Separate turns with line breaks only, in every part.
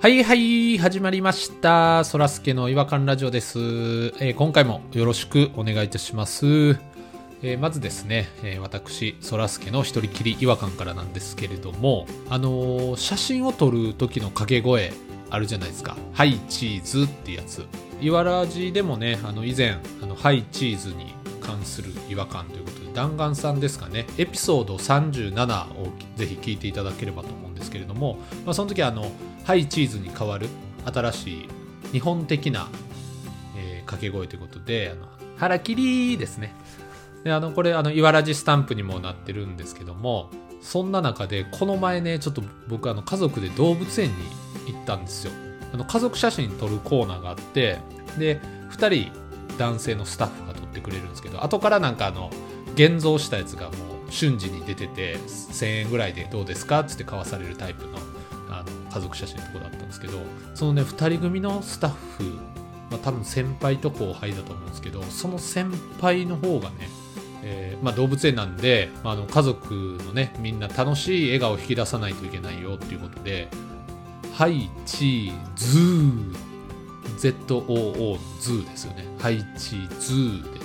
はいはい、始まりました。そらすけの違和感ラジオです、えー今回もよろしくお願いいたします。えーまずですね、えー私、そらすけの一人きり違和感からなんですけれども、あのー写真を撮る時の掛け声あるじゃないですか。はい、チーズってやつ。いわらじでもね、あの以前、あのはい、チーズに関する違和感ということで、弾丸さんですかね、エピソード37をぜひ聞いていただければと思うんですけれども、まあ、その時はあの、はい、チーズに代わる新しい日本的な、えー掛け声ということで、あの腹切りですね。であのこれあのいわらじスタンプにもなってるんですけどもそんな中でこの前ねちょっと僕あの家族で動物園に行ったんですよあの家族写真撮るコーナーがあってで2人男性のスタッフが撮ってくれるんですけど後からなんかあの現像したやつがもう瞬時に出てて1000円ぐらいでどうですかっつって買わされるタイプのあの家族写真のとこだったんですけどそのね2人組のスタッフ、まあ、多分先輩と後輩だと思うんですけどその先輩の方がねえーまあ、動物園なんで、まあ、あの家族のねみんな楽しい笑顔を引き出さないといけないよっていうことで「はいチーズー」ZOO ズーですよね「はいチーズー」で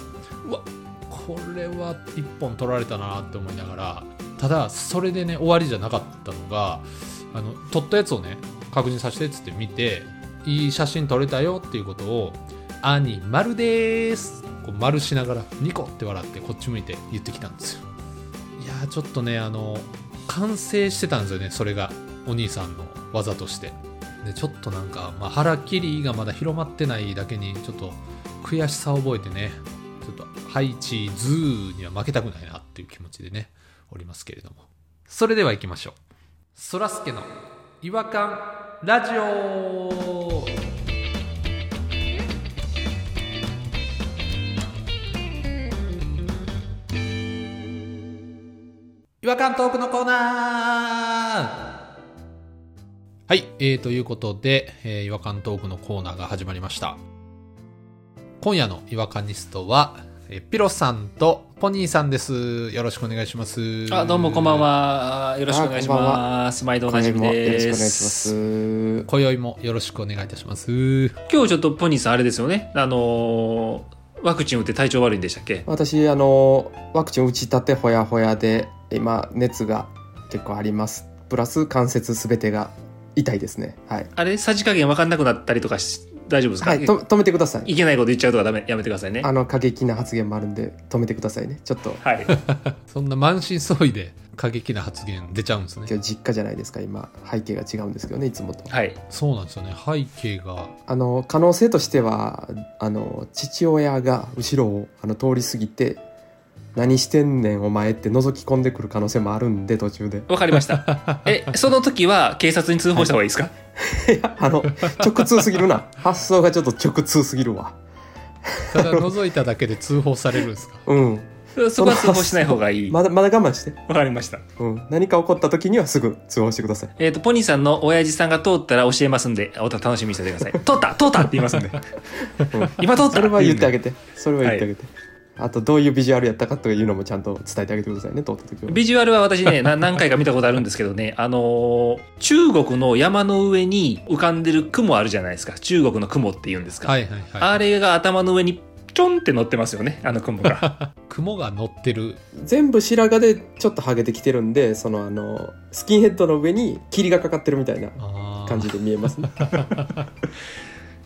うわこれは一本取られたなって思いながらただそれでね終わりじゃなかったのがあの撮ったやつをね確認させてっつって見ていい写真撮れたよっていうことをアニマルでーすこう丸しながらニコって笑ってこっち向いて言ってきたんですよいやーちょっとねあの完成してたんですよねそれがお兄さんの技としてでちょっとなんか、まあ、腹切りがまだ広まってないだけにちょっと悔しさを覚えてねちょっとハイチーズーには負けたくないなっていう気持ちでねおりますけれどもそれでは行きましょうそらすけの違和感ラジオ違和感トークのコーナーはい、えー、ということで、えー違和感トークのコーナーが始まりました今夜の違和感ニストはえーピロさんとポニーさんですよろしくお願いします
あどうもこんばんは。よろしくお願いします。毎度おなじみ
よろ
で。
しくお願いしますす。
今宵もよろしくお願いいたします。
今日ちょっとポニーさんあれですよね。あのーワクチン打って体調悪いんでしたっけ？
私あのワクチン打ちたてほやほやで今熱が結構あります。プラス関節すべてが痛いですね。はい。
あれさじ加減わかんなくなったりとかし大丈夫ですか？
はい、と止めてください。
いけないこと言っちゃうとかダメやめてくださいね。
あの過激な発言もあるんで止めてくださいね。ちょっと
はい。
そんな満身創痍で過激な発言出ちゃうんですね。
今日実家じゃないですか。今背景が違うんですけどねいつもと。
はい。
そうなんですよね。背景が。
あの可能性としてはあの父親が後ろをあの通り過ぎて何してんねんお前って覗き込んでくる可能性もあるんで途中で。
わかりま した。えその時は警察に通報した方がいいですか？
いやあの直通すぎるな発想がちょっと直通すぎるわ
ただ覗いただけで通報されるんですか
うん
そこは通報しない方がいい。わ
まだまだ我慢して、
かりました。
うん、何か起こった時にはすぐ通報してください
えっ、とポニーさんの親父さんが通ったら教えますんで、お楽しみにしててください。通った通ったって言いますんで。今通った。
それは言ってあげてそれは
はい
言ってあげて、あとどういうビジュアルやったかというのもちゃんと伝えてあげてくださいね通った時は
ビジュアルは私ね な何回か見たことあるんですけどね、あのー中国の山の上に浮かんでる雲あるじゃないですか中国の雲っていうんですか、
はいはいはい。
あれが頭の上にちょんって乗ってますよねあの 雲が
雲が乗ってる。
全部白髪でちょっとハゲてきてるんでそのあのスキンヘッドの上に霧がかかってるみたいな
あー
感じで見えますね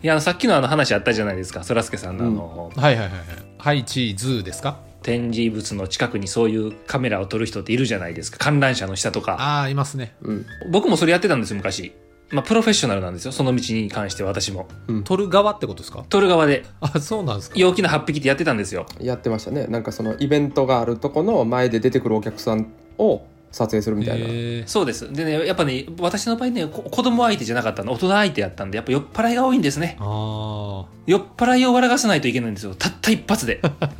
いやあのさっきのあの話あったじゃないですかそらすけさんのあの、
はいはいはいはい。ハイチーズーですか
展示物の近くにそういうカメラを撮る人っているじゃないですか観覧車の下とか
ああ、いますね。
うん
僕もそれやってたんですよ昔、まあ、プロフェッショナルなんですよその道に関して私も
撮る側ってことですか
撮る側で
あ、そうなんですか
陽気な8匹でやってたんですよ
やってましたねなんかそのイベントがあるとこの前で出てくるお客さんを撮影するみたいな、
えー
そうです。でね、やっぱね、私の場合ね、こ子供相手じゃなかったの、大人相手やったんで、やっぱ酔っ払いが多いんですね。
あ
酔っ払いを笑かさないといけないんですよ。たった一発 で。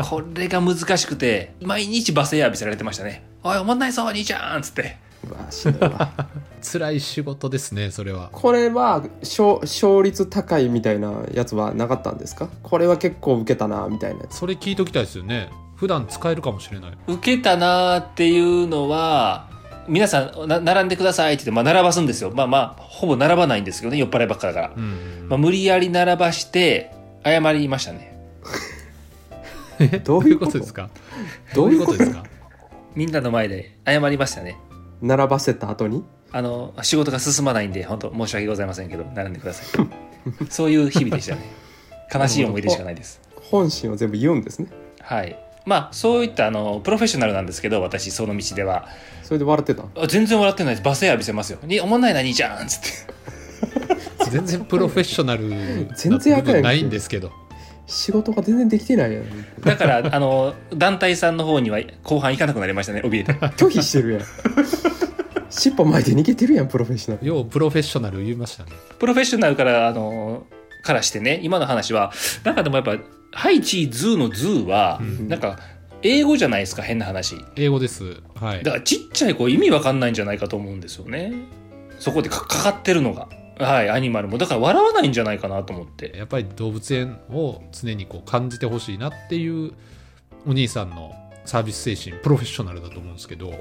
これが難しくて、毎日罵声浴びせられてましたね。おい、おもんないぞ、兄ちゃんつって。
うわしんどいわ
ー辛い仕事ですね、それは。
これは勝勝率高いみたいなやつはなかったんですかこれは結構受けたなみたいなやつ
それ聞いときたいですよね。普段使えるかもしれない。
受けたなーっていうのは、皆さんな並んでくださいって言って、まあ、並ばすんですよまあまあほぼ並ばないんですけどね酔っ払いばっかだから、
うん
まあ、無理やり並ばして謝りましたね
ど
ど
ういうことですか
ど
ど
う
う
い
いうう
こ
こととですか
みんなの前で謝りましたね
並ばせた後に
あの仕事が進まないんで本当申し訳ございませんけど並んでくださいそういう 日々でしたね悲しい思い出しかないです
本心を全部言うんですね
はいまあそういったあのプロフェッショナルなんですけど私その道では
それで笑ってた
あ全然笑ってないです罵声浴びせますよ「におもんないな兄ちゃん」っつって
全然プロフェッショナル
全然
な
あ
部
かんや
分
ん
ないんですけど
仕事が全然できてないやん
だからあの団体さんの方には後半行かなくなりましたね 怯えて
拒否してるやん尻尾巻いて逃げてるやんプロフェッショナル
ようプロフェッショナル言いましたね
プロフェッショナルからあのからしてね今の話はなんかでもやっぱ「ハイチーズー」の「ズーは」
うん
なんか英語じゃないですか変な話
英語ですはい
だからちっちゃい子意味わかんないんじゃないかと思うんですよねそこでかかかってるのがはいアニマルもだから笑わないんじゃないかなと思って
やっぱり動物園を常にこう感じてほしいなっていうお兄さんのサービス精神プロフェッショナルだと思うんですけど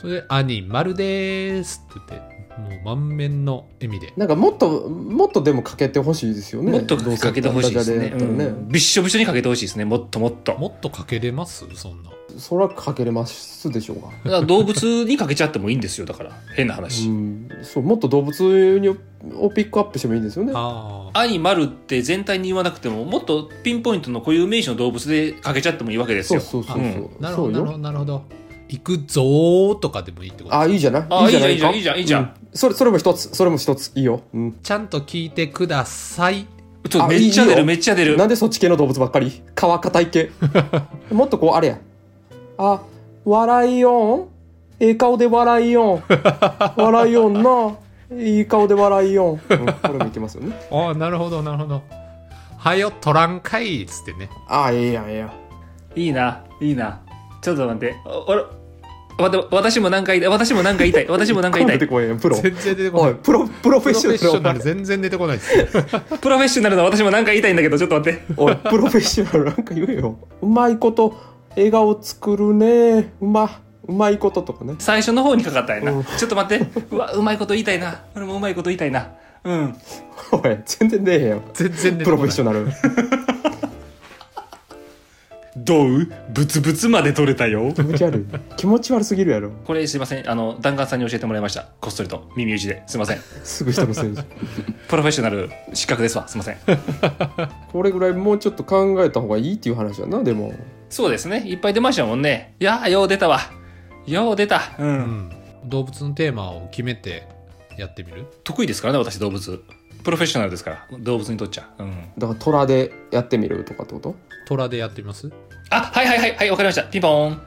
それで「アニマルです」って言ってもう満面の笑みで
なんかもっともっとでもかけてほしいですよね
もっとかけてほしいですね
どうせダジャレやったら
うんびっしょびしょにかけてほしいですねもっともっと
もっとかけれますそんな
そらかけれますでしょうが
だから動物にかけちゃってもいいんですよだから変な話、
うん、そうもっと動物にをピックアップしてもいいんですよね。
ああ
アニマルって全体に言わなくてももっとピンポイントの固有名詞の動物でかけちゃってもいいわけです
そう
よ
そうそうそうう。
ん
なるほどなるほ
そう
ど
よ。
なるほど行くぞーとかでもいいってこと
あいいじゃない。
あ
な
い
い
いじゃんいいじゃんいいじゃん
うそれそれも一つそれも一ついいよ。うん。
ちゃんと聞いてください
ちょ
あ
めっちゃ
いい
出
よ
るめっちゃ出る
なんでそっち系の動物ばっかり？皮硬い 系。もっとこうあれや。あ笑いよん。ええ顔で笑 いよん。笑いよんな。いい顔で笑いよん。うん、これもいけますよね。
ああなるほどなるほどはよ取らんかいっつってね
ああいいやんいいやん。
いいないいなちょっと待ってああれわた私も何回私も何回言いたい私も何回
出
言い
て
たい
こいやんプロ。
全然出てこ
お
ないい
プロプロフ
プ
ェッ
ロ
シ
フェッシ
ョ
ョ
ナ
ナ
ル
ル
だお前。
全然出てこないです
プロフェッショナルの私も何回言いたいんだけどちょっと待って
おいプロフェッショナルなんか言えようまいこと笑顔作るねうまうまいこととかね
最初の方にかかったんや
う
なんちょっと待ってうわうまいこと言いたいな俺もうまいこと言いたいなうん
おい全然出えへんやん
全然出て
プ
こ
ロ
な
フ
い
ェッショナル
どうブツブツまで取れたよ
気持ち悪い気持ち悪すぎるやろ
これすいませんあの弾丸さんに教えてもらいましたこっそりと耳打ちですいません
すぐ人のせいに
プロフェッショナル失格ですわすいません
これぐらいもうちょっと考えた方がいいっていう話やなでも
そうですねいっぱい出ましたもんねいやーよう出たわよう出たうん、
うん、動物のテーマを決めてやってみる
得意ですからね私動物プロフェッショナルですから動物にとっちゃうん
だから虎でやってみるとかってこと
虎でやってみます
あはいはいはいはいわかりましたピンポーン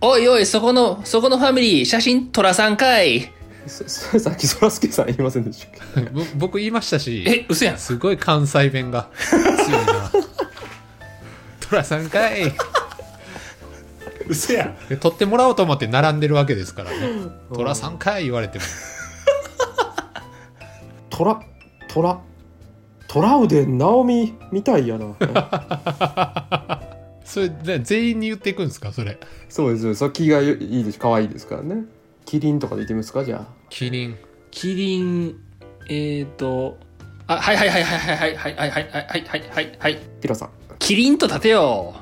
おいおいそこのそこのファミリー写真撮らさんかい
そそさっきそらすけさん言いませんでしたっけ
ぼ 僕言いましたし
え嘘やん
すごい関西弁が強いな虎さんかい
嘘やん
で取ってもらおうと思って並んでるわけですからね虎さんかい言われても
虎虎トラウデン直美みたいやな
それで全員に言っていくんですかそれ
そうですさっきがいいです可愛いですからねキリンとかでいってみますかじゃあ
キリン
キリンえっ、ー、とあはいはいはいはいはいはいはいはいはいはいはいはい
ピラさん
キリンと立てよ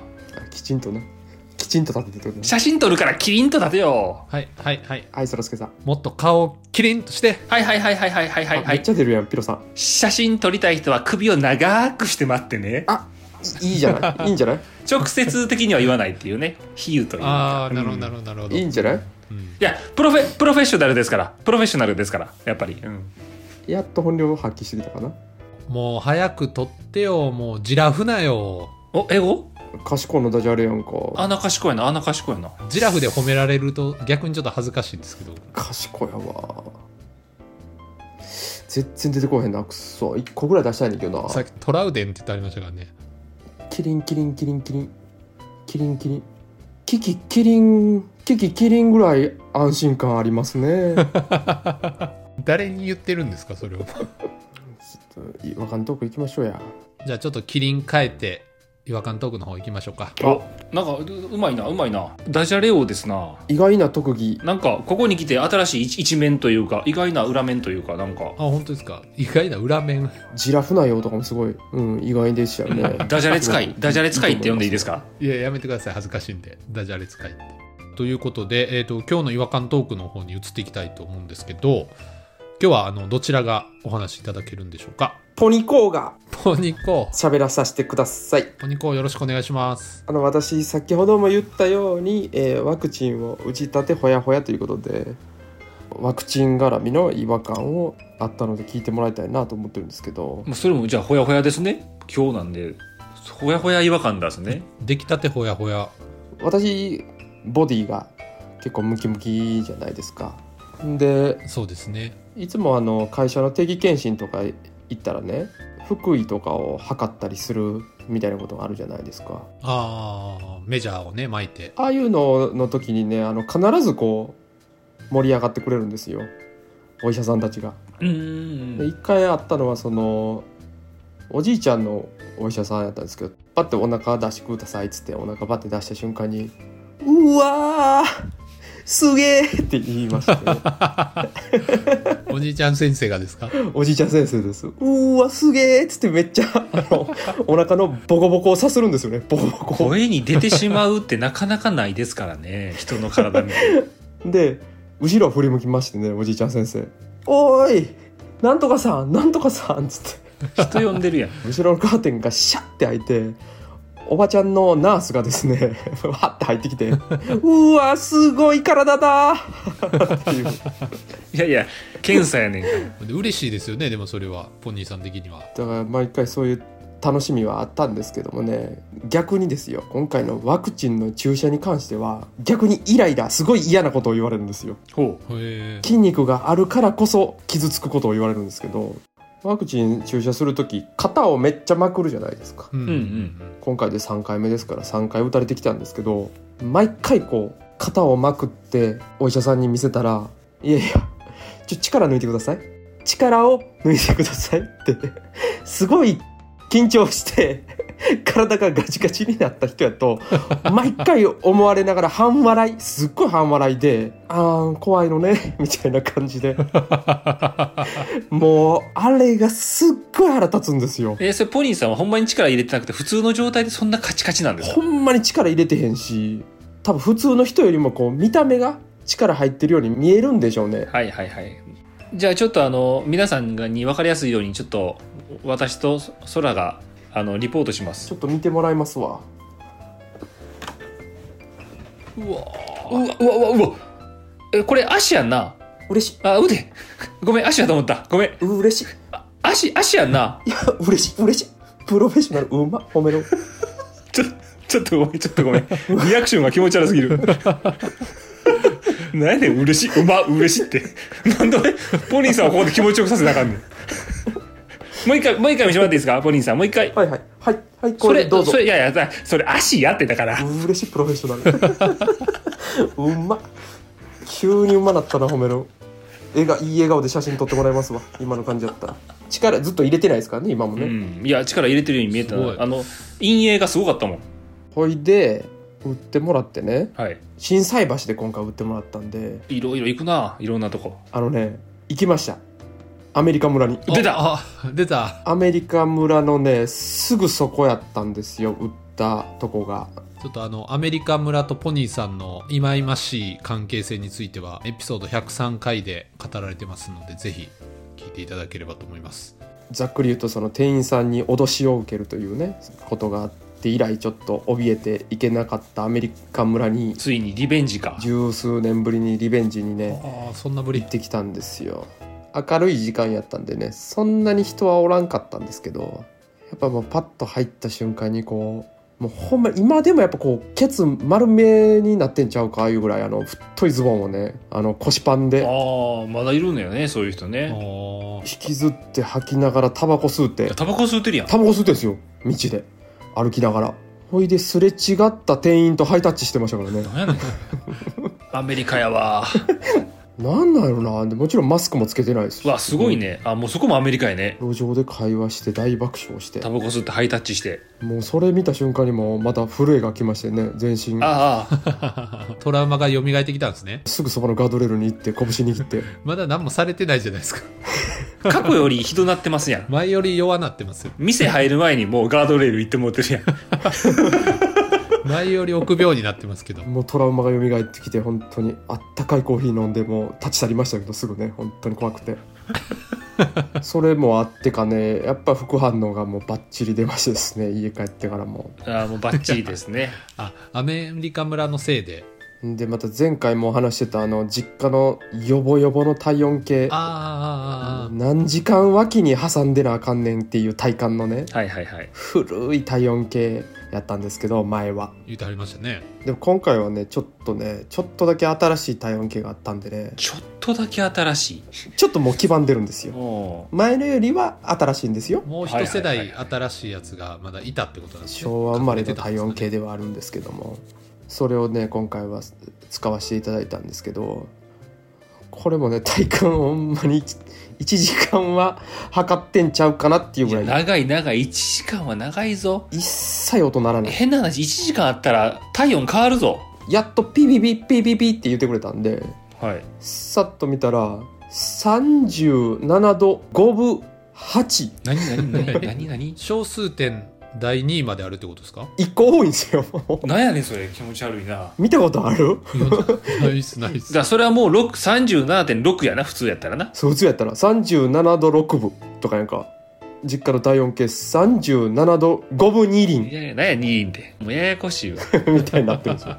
きちんとねきちんと立ててくれ
写真撮るからキリンと立てよ
はいはいはい
はいそらすけさん、
もっと顔をキリンとして
はいはいはいはいはいはいはいは
あめっ
い
ちゃ出るやんピロさん
写真撮りたい人は首を長くして待ってね
いいいじゃないいいんじゃない
直接的には言わないっていうね比喩というか
ああなるほどなるほどなるほど
いいんじ ゃない
うん
いやプロフェプロフェッショナルですからプロフェッショナルですからやっぱり、うん
やっと本領を発揮してきたかな
もう早く取ってよもうジラフなよ
お英語
賢いのダジャレやんか
あんな賢いなあんな賢いな
ジラフで褒められると逆にちょっと恥ずかしいんですけど
賢いやわ全然出てこへんなくっそ1個ぐらい出したいねんだけどな
さっきトラウデンって言ってありましたからね
キリンキリンキリンキリンキリンキリンキキキリンキキキリンぐらい安心感ありま すね
誰に言ってるんですかそれ を
ちょっといわかんとこ行きましょうや
じゃあちょっとキリン変えて違和感トークの方行きましょうか。
あなんかううまいなうまいなダジャレ王ですな
意外な特技
なんかここに来て新しい一一面というか意外な裏面というかなんか
あ、本当ですか。意外な裏面。
ジラフなよとかもすごい、うん、意外でしたよね
ダジャレ使 いダジャレ使いって呼んでいいですすか
いや、やめてください。恥ずかしいんで。ダジャレ使いって。ということで、えっ、と、今日の違和感トークの方に移っていきたいと思うんですけど、今日は、あの、どちらがお話しいただけるんでしょうか。
ポニコーが
ポニコ、
喋らさせてください
ポニコよろしくお願いします。
あの私先ほども言ったように、えーワクチンを打ち立てほやほやということでワクチン絡みの違和感をあったので聞いてもらいたいなと思ってるんですけど
もうそれもじゃあほやほやですね今日なんでほやほや違和感ですね
出来たてほやほや。
私ボディが結構ムキムキじゃないですかで
そうですね。
いつもあの会社の定期検診とか行ったらね腹囲とかを測ったりするみたいなことがあるじゃないですか
あー、メジャーをね、巻いて。
ああいうのの時にねあの必ずこう盛り上がってくれるんですよお医者さんたちが。
うん
で一回あったのはそのおじいちゃんのお医者さんやったんですけどパッてお腹出してくださいっつってお腹パッて出した瞬間に「うわーすげえ!」って言いましたね
おじいちゃん先生がです か
おじいちゃん先生です「うーわすげえ!」っつってめっちゃあのお腹のボコボコをさするんですよねボコボコを
声に出てしまうってなかなかないですからね人の体見て
で後ろを振り向きましてねおじいちゃん先生「おーいなんとかさんなんとかさん」っつって
人呼んでるやん
後ろのカーテンがシャッて開いておばちゃんのナースがですね わーって入ってきて「うわすごい体だ!」っていうだか
いやいや検査やねんから
で嬉しいですよね、でもそれは、ポニーさん的には。
ら毎回そういう楽しみはあったんですけどもね逆にですよ今回のワクチンの注射に関しては逆にイライラすごい嫌なことを言われるんですよ
ほ
へー
筋肉があるからこそ傷つくことを言われるんですけどワクチン注射する時肩をめっちゃまくるじゃないですか
うんうん
うん
今回で3回目ですから3回打たれてきたんですけど毎回こう肩をまくってお医者さんに見せたら「いやいやちょ力抜いてください力を抜いてください」ってすごい緊張して体がガチガチになった人やと毎回思われながら半笑いすっごい半笑いで「あー怖いのね」みたいな感じでもうあれがすっごい腹立つんですよ。
えーそれポニーさんはほんまに力入れてなくて普通の状態でそんなカチカチなんですか
ほんまに力入れてへんし多分普通の人よりもこう見た目が力入ってるように見えるんでしょうね
はいはいはいじゃあちょっとあの皆さんに分かりやすいようにちょっと私と空があのリポートします
ちょっと見てもらいますわ
うわうわうわうわえこれ足やんな
嬉し
あ腕 ごめん足やと思ったごめん
い嬉しい
足足やんない
や嬉しい嬉しいプロフェッショナルうま褒めろ
ちょちょっとごめんちょっとごめんリアクションが気持ち悪すぎる 何やねん嬉しいうま嬉しいってなんで俺ポニーさんをここで気持ちよくさせなあかんねんもう一回もう一回見せてもらっていいですかポニーさんもう一回
はいはいはいはい
そ
こ
れ
れどうぞ
それいやいやそれ足やってだから
嬉しいプロフェッショナルうま急にうまなったな褒めろ笑顔いい笑顔で写真撮ってもらいますわ今の感じだったら力ずっと入れてないですからね今も
う
ね、
んいや力入れてるように見えた
すごい
なあの陰影がすごかったもん
ほいで売ってもらってね
はい
心斎橋で今回売ってもらったんで
いろいろ行くないろんなとこ
あのね、行きました。アメリカ村に。
出た
ああ出た
アメリカ村のね、すぐそこやったんですよ、売ったとこが。
ちょっとあのアメリカ村とポニーさんの忌々しい関係性についてはエピソード103回で語られてますのでぜひ聞いていただければと思います
ざっくり言うと、その店員さんに脅しを受けるというね、ことがあって以来、ちょっと怯えていけなかったアメリカ村に、
ついにリベンジか
十数年ぶりにリベンジにね、
ああそんなぶり
行ってきたんですよ。明るい時間やったんでね、そんなに人はおらんかったんですけど、やっぱもうパッと入った瞬間にこう、もうほんま今でもやっぱこうケツ丸めになってんちゃうかああいうぐらいあの太いズボンをねあの腰パンで
ああまだいるのよねそういう人
あ
ね
ー
引きずって吐きながらタバコ吸うて
タバコ吸うてるやん
タバコ吸うてんですよ道で歩きながらほいですれ違った店員とハイタッチしてましたからね
何やねんアメリカやわ
なんなんやろなでもちろんマスクもつけてないですし
うわすごいねあもうそこもアメリカやね
路上で会話して大爆笑して
タバコ吸ってハイタッチして
もうそれ見た瞬間にもうまた震えが来ましてね全身
ああ
トラウマが蘇ってきたんですね。
すぐそばのガードレールに行って拳握って
まだ何もされてないじゃないですか。
ああ過去よりひどなってますやん
前より弱なってますよ。
店入る前にもうガードレール行ってもってるやん
前より臆病になってますけど。
もうトラウマが蘇ってきて本当にあったかいコーヒー飲んでもう立ち去りましたけどすぐね本当に怖くてそれもあってかねやっぱ副反応がもうバッチリ出ましてですね家帰ってからも
ああもうバッチリですね
あ、アメリカ村のせいで。
でまた前回もお話ししてたあの実家のヨボヨボの体温計
あーあーあーあー
何時間脇に挟んでなあかんねんっていう体感のね
はいはいはい
古い体温計やったんですけど前は
言うてはりましたね。
でも今回はねちょっとねちょっとだけ新しい体温計があったんでね
ちょっとだけ新しい
ちょっともう黄ばんでるんですよ
も
前のよりは新しいんですよ
もう一世代新しいやつがまだいたってことなんですね。
昭和生まれの体温
隠れ
計
て
ではあるんですけどもそれをね今回は使わせていただいたんですけどこれもね体感ほんまに1時間は測ってんちゃうかなっていう
うい
ぐ
や
らい
長い長い1時間は長いぞ
一切音ならない
変な話1時間あったら体温変わるぞ
やっとピピピピピピって言ってくれたんで
はい
さっと見たら37度5分8
何何何 何何
小数点第2位まであるってことですか
一個多いんですよ
何やねんそれ気持ち悪いな
見たことある
いやなないっすないっ
だ
す
か。らそれはもう6 37.6やな普通やったらな
そう普通やったら37度6分とかやんか実家の体温計37度5分2
い
輪
やいや何や2輪ってもうややこしいわ
みたいになってるんですよ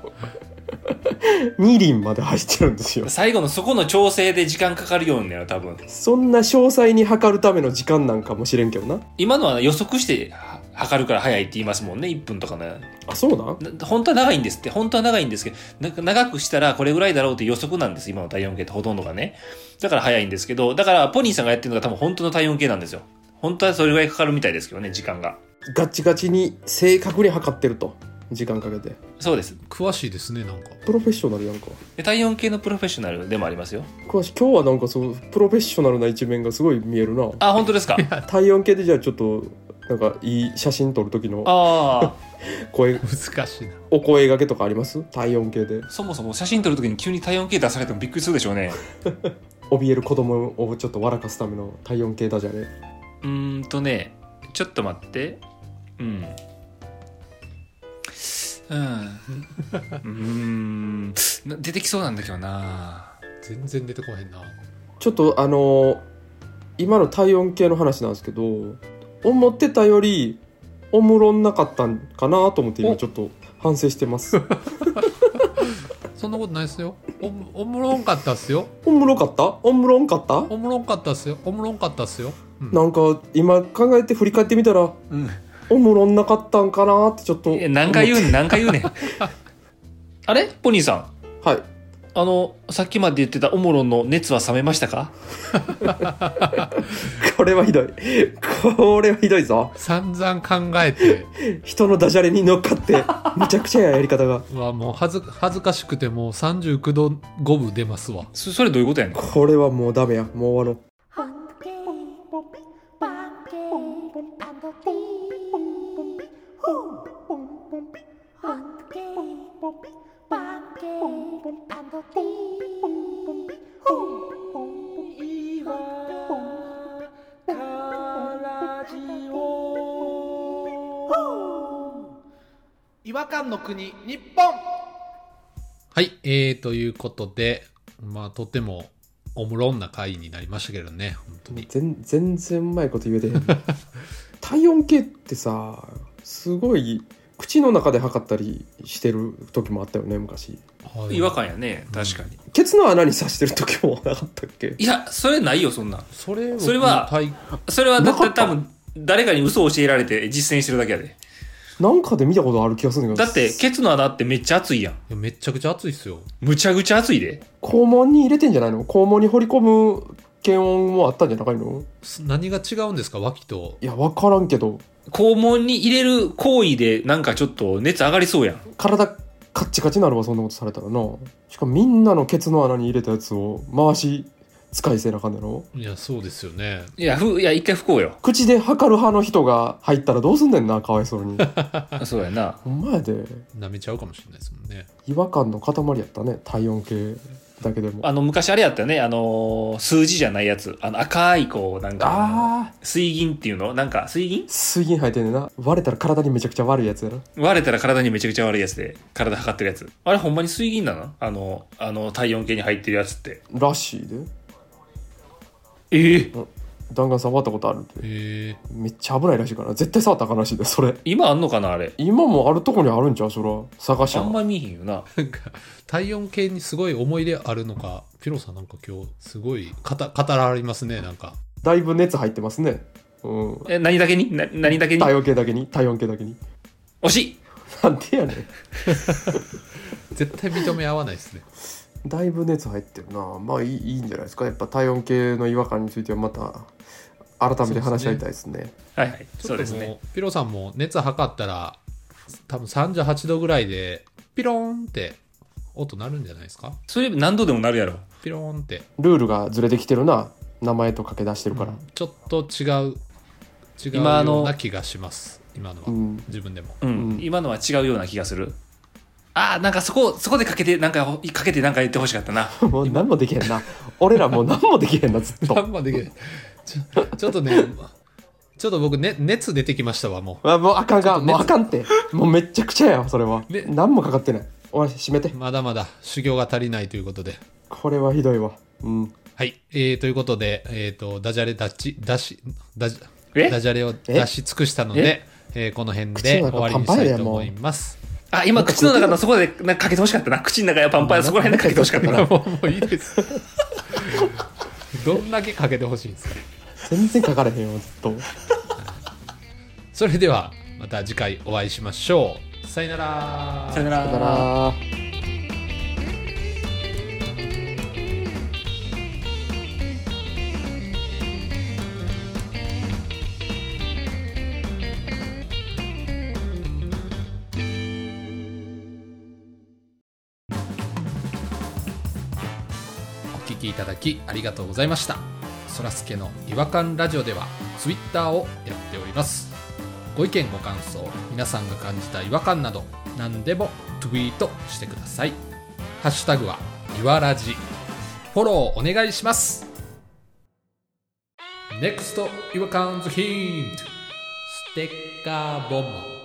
2輪まで入ってるんですよ
最後のそこの調整で時間かかるようになる多分
そんな詳細に測るための時間なんかもしれんけどな
今のは予測しては測るから早いって言いますもんね1分とかね
あそうなん
な本当は長いんですって本当は長いんですけどなんか長くしたらこれぐらいだろうって予測なんです今の体温計ってほとんどがねだから早いんですけどだからポニーさんがやってるのが多分本当の体温計なんですよ本当はそれぐらいかかるみたいですけどね時間が
ガチガチに正確に測ってると時間かけて
そうです
詳しいですね、なんか。
プロフェッショナルやんか
で体温計のプロフェッショナルでもありますよ
詳しい今日はなんかそうプロフェッショナルな一面がすごい見えるな
あ本当ですか
体温計でじゃあちょっとなんかいい写真撮る時の
あ
声
難しいな。
お声掛けとかあります体温計で
あそもそも写真撮るときに急に体温計出されてもびっくりするでしょうね
怯える子供をちょっと笑かすための体温計だじゃね
うーんとねちょっと待ってうんうん うーんな出てきそうなんだけどな
全然出てこへんな。
ちょっとあのー今の体温計の話なんですけど思ってたよりおもろんなかったんかなと思って今
お
ちょっと反省してます
そんなことないですよ。おもおもろんかったっすよ。
おもろかったおもろんかった
おもろんかったっすよ。おもろんかったっすよ。うん
なんか今考えて振り返ってみたらおもろんなかったんかなってちょっと
え何回言うねん何回言うねん あれポニーさん
はい
あのさっきまで言ってたオモロンの熱は冷めましたか
これはひどいこれはひどいぞ
散々考えて、
人のダジャレに乗っかってむちゃくちゃややり方が
はもう恥ず恥ずかしくてもう39度5分出ますわ。
そそれどういうことやねん
これはもうダメやもう終わろう
Hunky,
違和感の国日本
はい、えー、ということで、まあ、とてもおもろんな回になりましたけどね、本当に。
全全然うまいこと言え てへん体温計ってさすごい口の中で測ったりしてる時もあったよね昔
違和感やね確かに、
ケツの穴に刺してる時もなかったっけ
いやそれないよそんなん
それ
それは
体
それはだっ
な
て
かった
多分誰かに嘘を教えられて実践してるだけやで
なんかで見たことある気がするんだけど
だってケツの穴ってめっちゃ熱いやん
めっちゃくちゃ熱いっすよ。
むちゃくちゃ熱いで
肛門に入れてんじゃないの肛門に掘り込む検温もあったんじゃないの
す何が違うんですか、脇と。
いや分からんけど
肛門に入れる行為でなんかちょっと熱上がりそうやん
体カッチカチになるわそんなことされたらなしかもみんなのケツの穴に入れたやつを回し使いせなあかんねやろ
いや、そうですよね。
いや、ふ、いや、一回不幸よ。
口で測る派の人が入ったらどうすんねんなかわいそうに
そうやな。
ほんまやで
舐めちゃうかもしれないですもんね。
違和感の塊やったね体温計だけでも
あの、昔あれやったよね。あのー数字じゃないやつ。あの、赤い、こう、なんか、
あー
水銀っていうのなんか、水銀
水銀入ってんねんな割れたら体にめちゃくちゃ悪いやつやな
割れたら体にめちゃくちゃ悪いやつで、体測ってるやつ。あれ、ほんまに水銀なのあの、あの、体温計に入ってるやつって。
らしいで
ええ
弾丸触ったことあるって
へえ
めっちゃ危ないらしいから絶対触ったらあかんらしいでそれ
今あんのかなあれ。
今もあるとこにあるんちゃうそら探し
あ
ゃ
んま見えへんよな。
なんか、体温計にすごい思い入れあるのか、ピロさんなんか今日、すごい語、語られますね、なんか。
だいぶ熱入ってますねうん
え、何だけにな何だけに
体温計だけに体温計だけに
惜しい
なんでやね
絶対認め合わないですね。
んだいぶ熱入ってるなまあいいいいんじゃないですかやっぱ体温計の違和感についてはまた改めて話し合いたいですね
はいはい。
ちょ
そ
っと
うで
も
す
う、
ね。
ピロさんも熱測ったら、多分38度ぐらいで、ピローンって音鳴るんじゃないですか
それ何度でもなるやろ。
ピローンって。
ルールがずれてきてるな名前とかけ出してるから
ちょっと違う、違う
今あの
ような気がします。今のは。
うん
自分でも。
うん。
うん
今のは違うような気がする。ああ、なんかそこ、そこでかけて、なんか、かけてなんか言ってほしかった な。
もう何もできへんな俺ら もう何もできへんなずっと
あんまできない。ちょちょっとね、ちょっと僕、ね、熱出てきましたわ、も
あもうあかんがもうあかんってもうめっちゃくちゃやわそれは
ね
何もかかってないおい閉めて
う。まだまだ修行が足りないということで。
これはひどいわうん
はい。えー、ということで、えっ、と、ダジャレダチ、出し、ダジ
え
ダジャレを出し尽くしたので、えーこの辺で
口
終
の中
わりにしたいと思います。
あ、今、口の中のそこでなんかかけてほしかったな。口の中やパンパン、そこら辺でかけてほしかったな。
もうもういいです。 どんだけかけてほしいんですか
全然かかれへんよずっと
それでは、また次回お会いしましょう。さよなら。
さよな。
だからら
お聞きいただきありがとうございましたそらすけの違和感ラジオではツイッターをやっておりますご意見ご感想皆さんが感じた違和感など何でもツイートしてくださいハッシュタグはいわらじフォローお願いします NEXT 違和感ズヒントステッカーボンボン